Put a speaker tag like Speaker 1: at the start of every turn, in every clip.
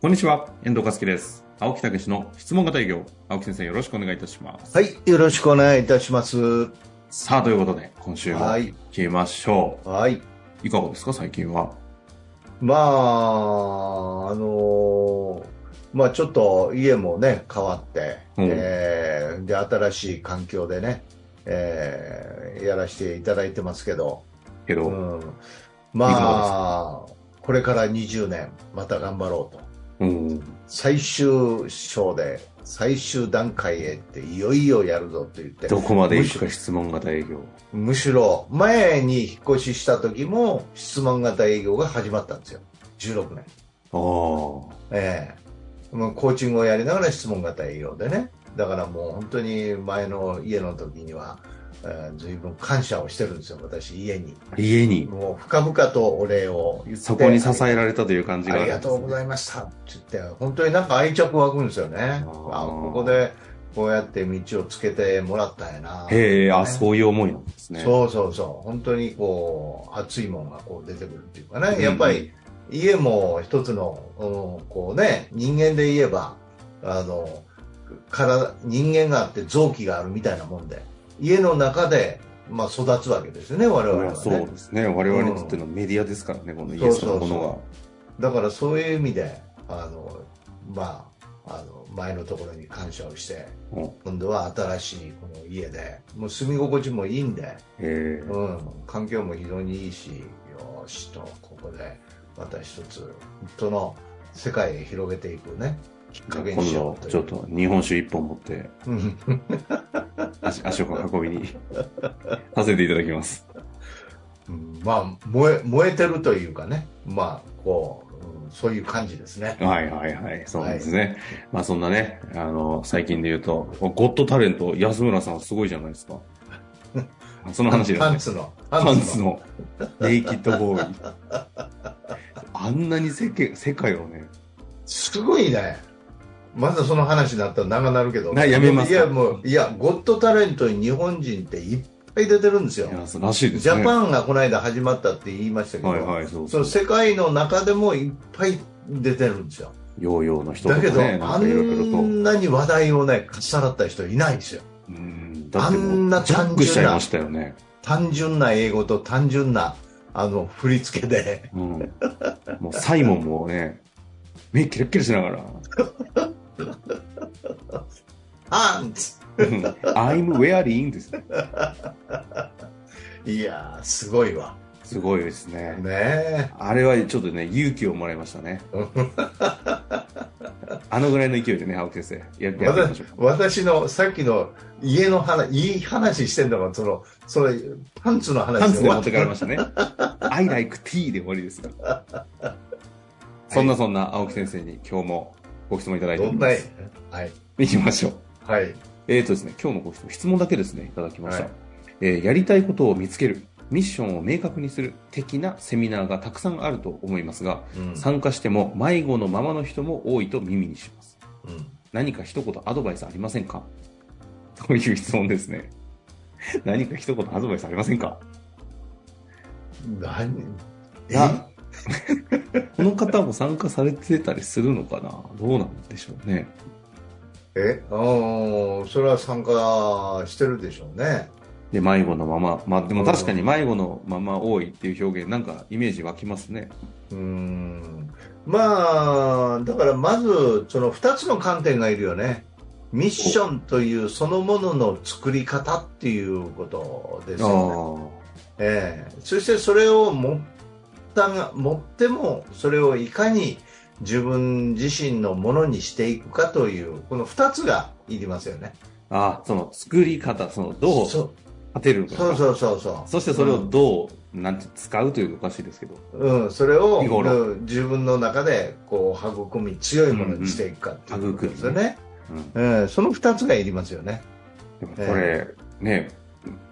Speaker 1: こんにちは、遠藤和樹です。青木武の質問型営業。青木先生、よろしくお願いいたします。
Speaker 2: はい、よろしくお願いいたします。
Speaker 1: さあ、ということで、今週も
Speaker 2: は
Speaker 1: 行
Speaker 2: い
Speaker 1: きましょ
Speaker 2: はい。
Speaker 1: う。いかがですか、最近は。
Speaker 2: まあ、あのーまあちょっと家もね、変わって、
Speaker 1: うん
Speaker 2: えーで、新しい環境でね、えーやらせていただいてますけど、
Speaker 1: けど、
Speaker 2: うん、
Speaker 1: いか
Speaker 2: まあ、これから20年、また頑張ろうと。
Speaker 1: うん、
Speaker 2: 最終章で、最終段階へって、いよいよやるぞと言って。
Speaker 1: どこまで行くか質問型営業。
Speaker 2: むしろ前に引っ越しした時も質問型営業が始まったんですよ16年
Speaker 1: あ
Speaker 2: ええもうコーチングをやりながら質問型営業でねだからもう本当に前の家の時には、えー、随分感謝をしてるんですよ私家に
Speaker 1: あ、家に、
Speaker 2: もう深々とお礼を言って
Speaker 1: そこに支えられたという感じが
Speaker 2: あ
Speaker 1: あるん
Speaker 2: り
Speaker 1: です
Speaker 2: がとうございましたって言って、本当になんか愛着湧くんですよね。あ
Speaker 1: ー
Speaker 2: ここでこうやって道をつけてもらったんやな。
Speaker 1: へえ、あ、そういう思いなんですね。
Speaker 2: そうそうそう、本当にこう熱いものがこう出てくるっていうかね、
Speaker 1: うん
Speaker 2: やっぱり家も一つの、うん、こうね、人間で言えば、あの体人間があって臓器があるみたいなもんで、家の中で、まあ、育つわけですよね、我々は
Speaker 1: ま
Speaker 2: ね
Speaker 1: あ。そうですね。我々にとってのメディアですからね、このイエスのものが。
Speaker 2: だからそういう意味で、あのまあ、あの前のところに感謝をして、
Speaker 1: うん
Speaker 2: 今度は新しいこの家で、もう住み心地もいいんで。
Speaker 1: へえ
Speaker 2: うん、環境も非常にいいし、よーしと、ここでまた一つ、その世界へ広げていくね、きっかけに
Speaker 1: 今
Speaker 2: しよ
Speaker 1: 度
Speaker 2: うとい
Speaker 1: ちょっ
Speaker 2: う。
Speaker 1: と日本酒一本持って
Speaker 2: うん
Speaker 1: 足足を運びにさせていただきます
Speaker 2: うんまあ燃え、燃えてるというかね、まあ、こう、うんそういう感じですね。
Speaker 1: はいはいはいそうなんですね、まあそんなねあの最近で言うとゴッドタレント安村さんすごいじゃないです かその話だ
Speaker 2: パ
Speaker 1: ね
Speaker 2: ンツの、
Speaker 1: パンツのネイキッドボーイあんなに世界世界をね
Speaker 2: すごいね。まだその話になったら長なるけど。
Speaker 1: なやめますか
Speaker 2: いや、もう、いや、ゴッドタレントに日本人っていっぱい出てるんですよ
Speaker 1: い。やそうらしいで
Speaker 2: ジ
Speaker 1: すね
Speaker 2: ャパンがこの間始まったって言いましたけど、
Speaker 1: はいはいそう
Speaker 2: そ
Speaker 1: そう
Speaker 2: の世界の中でもいっぱい出てるんですよ。
Speaker 1: ヨーヨーの人と
Speaker 2: だ
Speaker 1: か
Speaker 2: けど、
Speaker 1: ねな
Speaker 2: あ
Speaker 1: んかいろいろと
Speaker 2: んなに話題をね、かっさらった人いないんですよ。
Speaker 1: うんだっても
Speaker 2: あん
Speaker 1: う
Speaker 2: な
Speaker 1: ジャッ
Speaker 2: 単純な
Speaker 1: クしちゃいましたよね
Speaker 2: 単純な英語と単純な、あの、振り付けで。
Speaker 1: うん、もうサイモンもね、目キラッキラしながら、
Speaker 2: アンツ
Speaker 1: うん I'm wearing です。
Speaker 2: いやー、すごいわ。
Speaker 1: すごいですね。
Speaker 2: ね
Speaker 1: あれはちょっとね、勇気をもらいましたね。あのぐらいの勢いでね、青木先生、やっ
Speaker 2: え。
Speaker 1: てやってみま
Speaker 2: 私
Speaker 1: しょう。
Speaker 2: 私のさっきの家の話、いい話してんだから、その、それ、パンツの話
Speaker 1: パンツで
Speaker 2: 終
Speaker 1: 持
Speaker 2: わ
Speaker 1: っ
Speaker 2: って
Speaker 1: かれましたね。I like tea で終わりですから。そんなそんな青木先生に今日もご質問いただいてお
Speaker 2: ど
Speaker 1: り
Speaker 2: ん
Speaker 1: ま
Speaker 2: な、
Speaker 1: す。
Speaker 2: はい。
Speaker 1: いきましょう。
Speaker 2: はい。
Speaker 1: えーとですね、今日のご質問、質問だけですね、いただきました、
Speaker 2: はい
Speaker 1: えーやりたいことを見つける、ミッションを明確にする的なセミナーがたくさんあると思いますが、
Speaker 2: うん
Speaker 1: 参加しても迷子のままの人も多いと耳にします。
Speaker 2: うん
Speaker 1: 何か一言アドバイスありませんかという質問ですね。 何か一言アドバイスありませんか
Speaker 2: 何
Speaker 1: いや この方も参加されてたりするのかなどうなんでしょうね。
Speaker 2: えうんそれは参加してるでしょうね
Speaker 1: で、迷子のまま。まあでも確かに迷子のまま多いっていう表現、なんかイメージ湧きますね。
Speaker 2: うんまあだからまずその2つの観点がいるよねミッションというそのものの作り方っていうことですよね、
Speaker 1: ああ。
Speaker 2: ええそしてそれを持ったが持ってもそれをいかに自分自身のものにしていくかというこの2つがいりますよね
Speaker 1: あその作り方、そのどう
Speaker 2: そ
Speaker 1: 当てるのか。
Speaker 2: そうそうそうそう
Speaker 1: そしてそれをどう、なんて使うというのおかしいですけど。
Speaker 2: うん、それを
Speaker 1: 日頃
Speaker 2: うん自分の中でこう育み強いものにしていくかっていうことですよね、
Speaker 1: うん、
Speaker 2: うんその2つがいりますよね
Speaker 1: でもこれ、ね、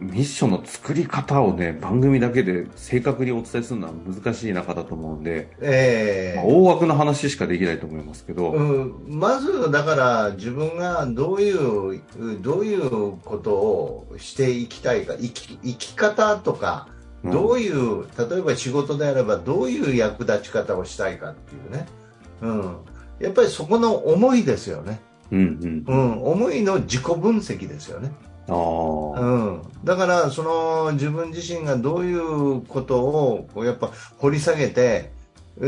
Speaker 1: ミッションの作り方をね、番組だけで正確にお伝えするのは難しい中だと思うんで、
Speaker 2: ええ
Speaker 1: まあ大枠の話しかできないと思いますけど、
Speaker 2: うん、まずだから自分がどういうどういうことをしていきたいか生き生き方とか
Speaker 1: うん
Speaker 2: どういう、例えば仕事であればどういう役立ち方をしたいかっていうね、うん、やっぱりそこの思いですよね。
Speaker 1: うんう。
Speaker 2: うんん、思いの自己分析ですよね。
Speaker 1: ああ。
Speaker 2: うん、だからその自分自身がどういうことをこうやっぱ掘り下げて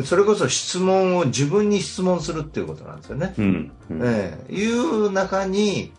Speaker 2: それこそ質問を自分に質問するっていうことなんですよね。
Speaker 1: うん。うん
Speaker 2: ええいう中に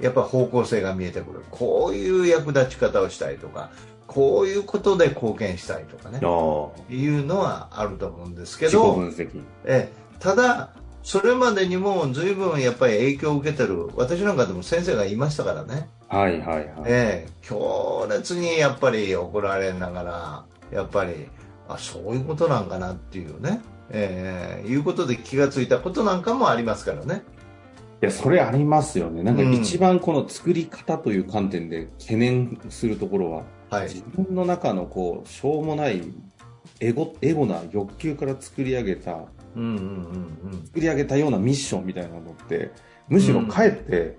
Speaker 2: やっぱ方向性が見えてくるこういう役立ち方をしたいとかこういうことで貢献したいとかね
Speaker 1: ああ。
Speaker 2: いうのはあると思うんですけ
Speaker 1: 自己
Speaker 2: ど。
Speaker 1: 分析。
Speaker 2: ええただ、それまでにも随分やっぱり影響を受けてる、私なんかでも先生が言いましたからね、
Speaker 1: はいはいはい。
Speaker 2: ええ強烈にやっぱり怒られながら、やっぱり、あそういうことなんかなっていうね、ええいうことで気がついたことなんかもありますからね。
Speaker 1: いや、それありますよね。なんか
Speaker 2: うん
Speaker 1: 一番この作り方という観点で懸念するところは、
Speaker 2: はい、
Speaker 1: 自分の中のこう、しょうもないエゴ、エゴな欲求から作り上げた、
Speaker 2: うんうんうんうん
Speaker 1: 作り上げたようなミッションみたいなのって、むしろかえって、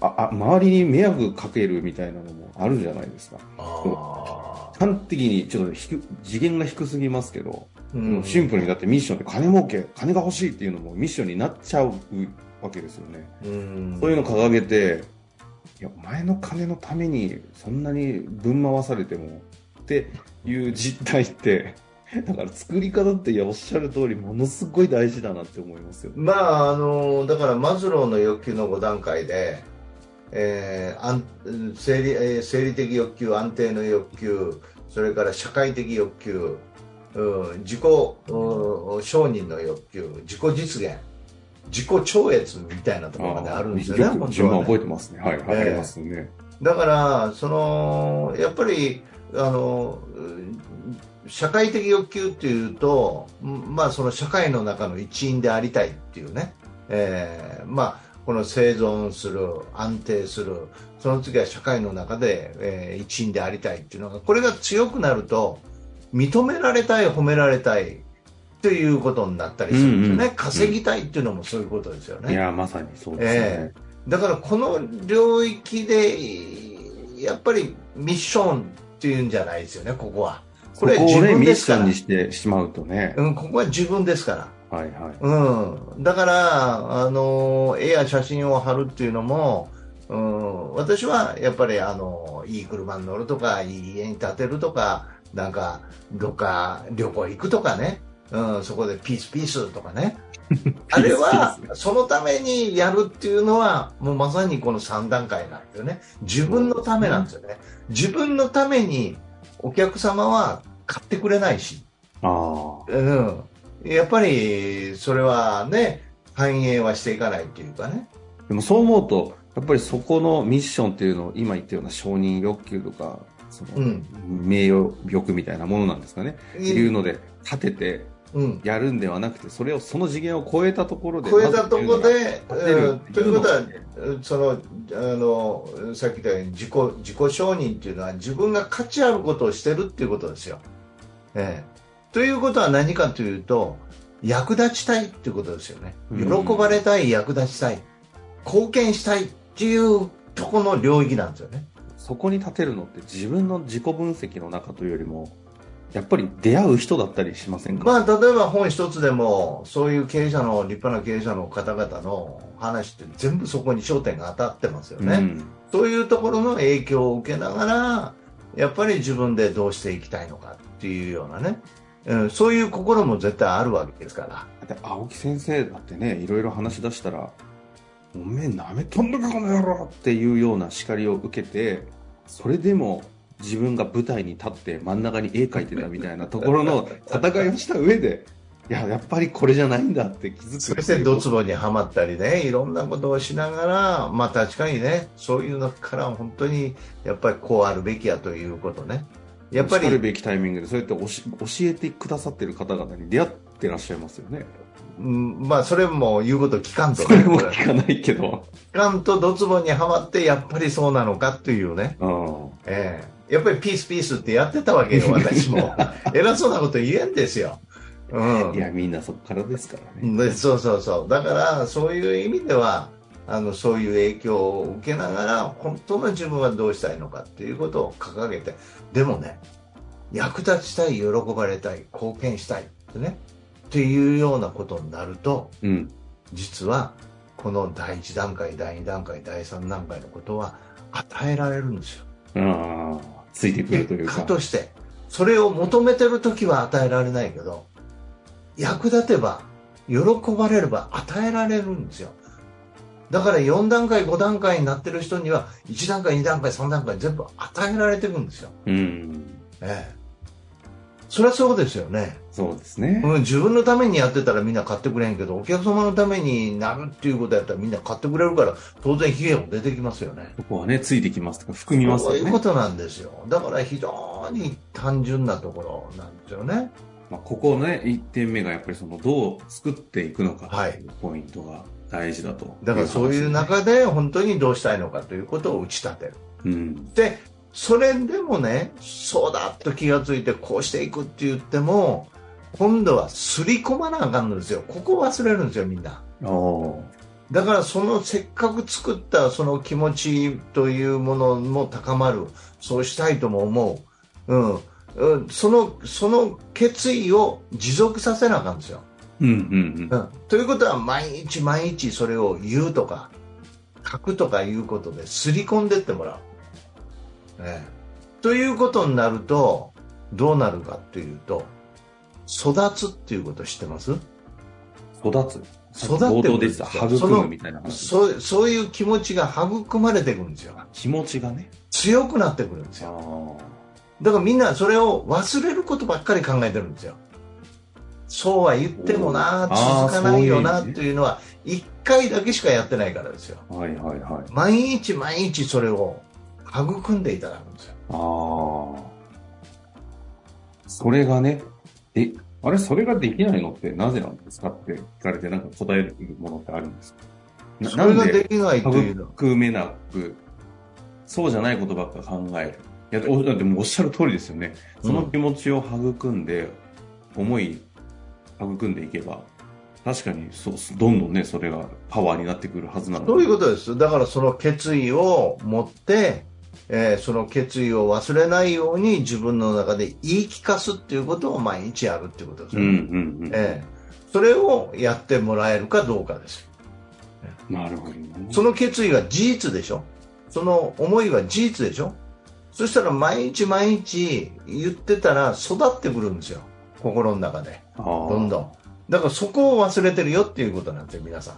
Speaker 1: ああ、周りに迷惑かけるみたいなのもあるじゃないですか。
Speaker 2: あ
Speaker 1: 端的にちょっと低次元が低すぎますけど、
Speaker 2: ーうん
Speaker 1: シンプルにだってミッションって金儲け、金が欲しいっていうのもミッションになっちゃうわけですよね。
Speaker 2: うん
Speaker 1: そういうの掲げて、いや、お前の金のためにそんなにぶん回されてもっていう実態って、だから作り方っていやおっしゃる通りものすごい大事だなって思いますよ。
Speaker 2: まあ、あのだからマズローの欲求の5段階で、えー安生理えー生理的欲求、安定の欲求、それから社会的欲求、うん自己うん承認の欲求、自己実現、自己超越みたいなところまであるんですよね、
Speaker 1: よく
Speaker 2: 本
Speaker 1: 順
Speaker 2: 当
Speaker 1: 番
Speaker 2: は
Speaker 1: 覚え
Speaker 2: ね。
Speaker 1: てますね。はい、はい
Speaker 2: ええ
Speaker 1: ありますね。
Speaker 2: だからその、やっぱりあのうん社会的欲求っていうと、うんまあ、その社会の中の一員でありたいっていうね、えーまあ、この生存する、安定する、その次は社会の中で、えー一員でありたいっていうのが、これが強くなると、認められたい、褒められたいということになったりするんですよね、
Speaker 1: うんうん
Speaker 2: 稼ぎたいっていうのもそういうことですよね。
Speaker 1: いや、まさにそうですね
Speaker 2: え。えだからこの領域でやっぱりミッションっていうんじゃないですよね、ここは。こ
Speaker 1: こ
Speaker 2: れ
Speaker 1: こを
Speaker 2: 自
Speaker 1: ね、
Speaker 2: 分
Speaker 1: ミッ
Speaker 2: です
Speaker 1: シ
Speaker 2: か
Speaker 1: ョ
Speaker 2: ら
Speaker 1: ンにしてしまうとね。
Speaker 2: うん、ここは自分ですから。
Speaker 1: はいはい。
Speaker 2: うん、だから、あの絵や写真を貼るっていうのも、うん、私はやっぱりあのいい車に乗るとか、いい家に建てるとか、なんかどっか旅行行くとかね、うん、そこでピースピースとかね、あれはそのためにやるっていうのは、もうまさにこの3段階なんですよね、自分のためなんですよね、自分のためにお客様は買ってくれないし。
Speaker 1: あ
Speaker 2: うん、やっぱりそれはね反映はしていかないというかね、
Speaker 1: あ。でもそう思うと、やっぱりそこのミッションっていうのを今言ったような承認欲求とか、その
Speaker 2: うん
Speaker 1: 名誉欲みたいなものなんですかね。いうので立てて
Speaker 2: うん、
Speaker 1: やるんではなくてそれをその次元を超えたところで
Speaker 2: 超えたところ
Speaker 1: まず
Speaker 2: で、
Speaker 1: まず
Speaker 2: うんということは
Speaker 1: 立てる
Speaker 2: うんそのあのさっき言ったように自己自己承認というのは自分が価値あることをしてるっていうことですよ。ええということは何かというと役立ちたいっていうことですよね
Speaker 1: うん
Speaker 2: 喜ばれたい、役立ちたい貢献したいっていうとこの領域なんですよね。
Speaker 1: そこに立てるのって自分の自己分析の中というよりもやっぱり出会う人だったりしませんか、
Speaker 2: まあ、例えば本一つでも、そういう経営者の、立派な経営者の方々の話って全部そこに焦点が当たってますよね。
Speaker 1: うん
Speaker 2: そういうところの影響を受けながら、やっぱり自分でどうしていきたいのかっていうようなね、うん、そういう心も絶対あるわけですから。
Speaker 1: だって青木先生だってねいろいろ話し出したら「おめえなめとんのかこの野郎!」っていうような叱りを受けてそれでも自分が舞台に立って真ん中に絵描いてたみたいなところの 戦いをした上でいややっぱりこれじゃないんだって気づく
Speaker 2: そしてドツボにはまったりね、いろんなことをしながら、まあ確かにね、そういうのから本当にやっぱりこうあるべきやということね。やっぱ
Speaker 1: しかる
Speaker 2: り、
Speaker 1: べきタイミングでそうやって教え教えてくださってる方々に出会ってらっしゃいますよね。
Speaker 2: うん、まあそれも言うこと聞かんとね
Speaker 1: それも
Speaker 2: これ
Speaker 1: 聞かないけど。
Speaker 2: ガンとドツボにはまってやっぱりそうなのかっていうね、
Speaker 1: うん。
Speaker 2: ええやっぱりピースピースってやってたわ けよ、私も。偉そうなこと言えんですよ。うん
Speaker 1: い、や、みんなそこからですからね。
Speaker 2: でそうそうそう、だからそういう意味ではあの、そういう影響を受けながら、本当の自分はどうしたいのかっていうことを掲げて、でもね、役立ちたい、喜ばれたい、貢献したいってね、っていうようなことになると、
Speaker 1: うん。
Speaker 2: 実はこの第1段階第2段階第3段階のことは与えられるんですよ
Speaker 1: ああ、ついてくるという
Speaker 2: 結
Speaker 1: か
Speaker 2: 果。としてそれを求めてる時は与えられないけど役立てば喜ばれれば与えられるんですよだから4段階5段階になってる人には1段階2段階3段階全部与えられてるんですよ、
Speaker 1: うん。
Speaker 2: ええ、それはそうですよね、
Speaker 1: そうですね。
Speaker 2: うん、自分のためにやってたらみんな買ってくれんけどお客様のためになるっていうことやったらみんな買ってくれるから当然費用も出てきますよね
Speaker 1: そこはね、ついてきますとか、含みます
Speaker 2: そう
Speaker 1: よ
Speaker 2: いう
Speaker 1: ね
Speaker 2: こ。となんですよだから非常に単純なところなんですよね
Speaker 1: まあ、ここのね、1点目がやっぱりその、どう作っていくのか
Speaker 2: はい
Speaker 1: っていうポイントが大事だと、
Speaker 2: だからそういう中で本当にどうしたいのかということを打ち立てる
Speaker 1: うん。
Speaker 2: でそれでもねそうだと気がついてこうしていくって言っても今度は刷り込まなあかんのですよここ忘れるんですよみんな
Speaker 1: ああ。
Speaker 2: だからそのせっかく作ったその気持ちというものも高まるそうしたいとも思う、うんうん、そのその決意を持続させなあかんですよ、
Speaker 1: うんうん
Speaker 2: うん。ということは毎日毎日それを言うとか書くとかいうことで刷り込んでってもらう。ええということになるとどうなるかというと育つっていうこと知ってます
Speaker 1: うん。育つ。
Speaker 2: 育てる
Speaker 1: 冒頭でした。
Speaker 2: その
Speaker 1: 育むみたいな話。
Speaker 2: そうそういう気持ちが育まれていくんですよ。
Speaker 1: 気持ちがね。
Speaker 2: 強くなってくるんです
Speaker 1: あ
Speaker 2: よ
Speaker 1: あ。
Speaker 2: だからみんなそれを忘れることばっかり考えてるんですよそうは言ってもな
Speaker 1: おー
Speaker 2: 続かないよな
Speaker 1: あーそういう意味ね
Speaker 2: っていうのは1回だけしかやってないからですよ
Speaker 1: はいはいはい。
Speaker 2: 毎日毎日それを育んでいただくんですよ
Speaker 1: ああ。それがね、え、あれ、それができないのってなぜなんですかって聞かれて、なんか答えるものってあるんですかな
Speaker 2: それ
Speaker 1: な
Speaker 2: が
Speaker 1: ん
Speaker 2: で
Speaker 1: で
Speaker 2: きないというのは
Speaker 1: 育めなく、そうじゃないことばっか考える。いや、おだってもうおっしゃる通りですよね。その気持ちを育んで、思い、育んでいけば、確かにそう、どんどんね、それがパワーになってくるはずなので
Speaker 2: そういうことですだからその決意を持って、えーその決意を忘れないように自分の中で言い聞かすっていうことを毎日やるっていうことです
Speaker 1: う
Speaker 2: よ
Speaker 1: ん
Speaker 2: ね、
Speaker 1: うんうん。
Speaker 2: ええ、それをやってもらえるかどうかですよ
Speaker 1: なるほど、ね。
Speaker 2: その決意は事実でしょその思いは事実でしょそしたら毎日毎日言ってたら育ってくるんですよ心の中で
Speaker 1: あー
Speaker 2: どんどんだからそこを忘れてるよっていうことなんですよ皆さん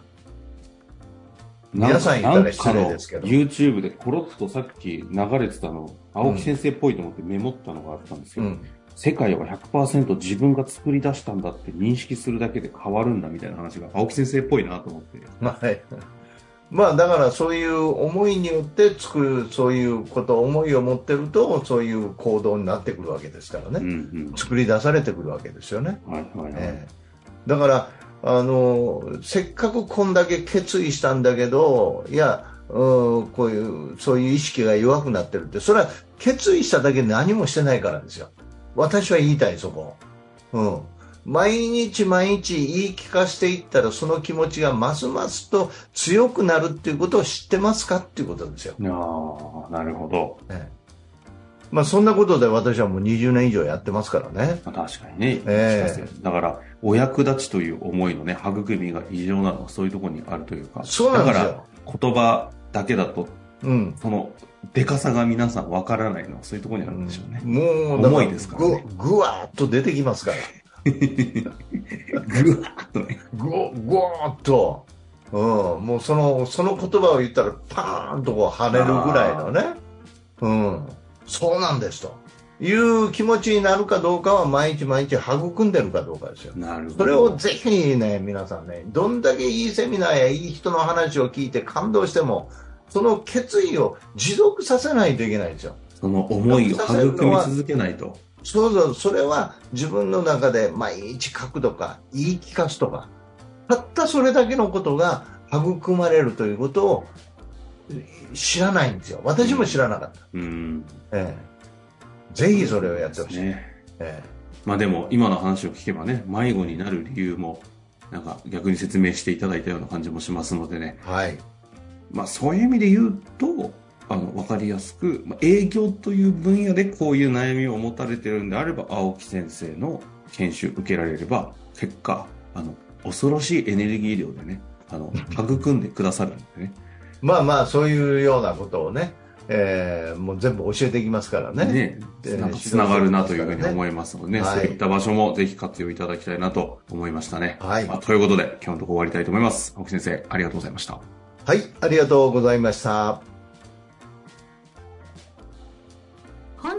Speaker 2: 皆さん言ったら失礼ですけど
Speaker 1: なんかの YouTube でコロッとさっき流れてたの、青木先生っぽいと思ってメモったのがあったんです
Speaker 2: う
Speaker 1: よ。
Speaker 2: ん、
Speaker 1: 世界は100%自分が作り出したんだって認識するだけで変わるんだみたいな話が青木先生っぽいなと思って。
Speaker 2: まあはいまあだからそういう思いによって作るそういうこと思いを持ってるとそういう行動になってくるわけですから
Speaker 1: う
Speaker 2: ね、
Speaker 1: ん
Speaker 2: 作り出されてくるわけですよね
Speaker 1: うん。はいはいはい。
Speaker 2: ええだからあのせっかくこんだけ決意したんだけどいやうんこういうそういう意識が弱くなってるってそれは決意しただけで何もしてないからですよ私は言いたいそこ、うん、毎日毎日言い聞かせていったらその気持ちがますますと強くなるっていうことを知ってますかっていうことですよ、
Speaker 1: ああ、なるほど。
Speaker 2: ええまあ、そんなことで私はもう20年以上やってますからね
Speaker 1: まあ確かにね、
Speaker 2: ええ
Speaker 1: しかしだから、お役立ちという思いのね、育みが異常なのはそういうところにあるというか、
Speaker 2: そうなんで
Speaker 1: だ
Speaker 2: すよ
Speaker 1: から言葉だけだと、
Speaker 2: うん
Speaker 1: その、でかさが皆さんわからないのはそういうところにあるんでしょうね。
Speaker 2: もう、
Speaker 1: 重いですからね
Speaker 2: ぐ、ぐわーっと出てきますから。
Speaker 1: ぐわっとね。
Speaker 2: ぐお、ぐわーっと。うん。もうその、その言葉を言ったら、パーンとこう跳ねるぐらいのね。うん。そうなんですと。いう気持ちになるかどうかは毎日毎日育んでるかどうかですよ。
Speaker 1: なるほど。
Speaker 2: それをぜひね、皆さんね、どんだけいいセミナーやいい人の話を聞いて感動しても、その決意を持続させないといけないんですよ。
Speaker 1: その思いを育み続けないと。
Speaker 2: そうそう、それは自分の中で毎日書くとか、言い聞かすとか、たったそれだけのことが育まれるということを知らないんですよ。私も知らなかった。
Speaker 1: うん。
Speaker 2: ええ、ぜひそれをやってほしい。
Speaker 1: ね。
Speaker 2: え
Speaker 1: まあでも、今の話を聞けばね、迷子になる理由も、なんか逆に説明していただいたような感じもしますのでね。
Speaker 2: えはい。
Speaker 1: まあそういう意味で言うと、あの、わかりやすく、まあ、営業という分野でこういう悩みを持たれてるんであれば、青木先生の研修受けられれば、結果、あの、恐ろしいエネルギー量でね、あの育んでくださるんでね
Speaker 2: まあまあ、そういうようなことをね、えーもう全部教えていきますからね。
Speaker 1: ね
Speaker 2: えー
Speaker 1: なんかつながるなというふうに思いますのでね、
Speaker 2: はい
Speaker 1: そういった場所もぜひ活用いただきたいなと思いましたね。
Speaker 2: はい
Speaker 1: まあということで、今日のところ終わりたいと思います。青木先生、ありがとうございました。
Speaker 2: はい、ありがとうございました。
Speaker 3: 本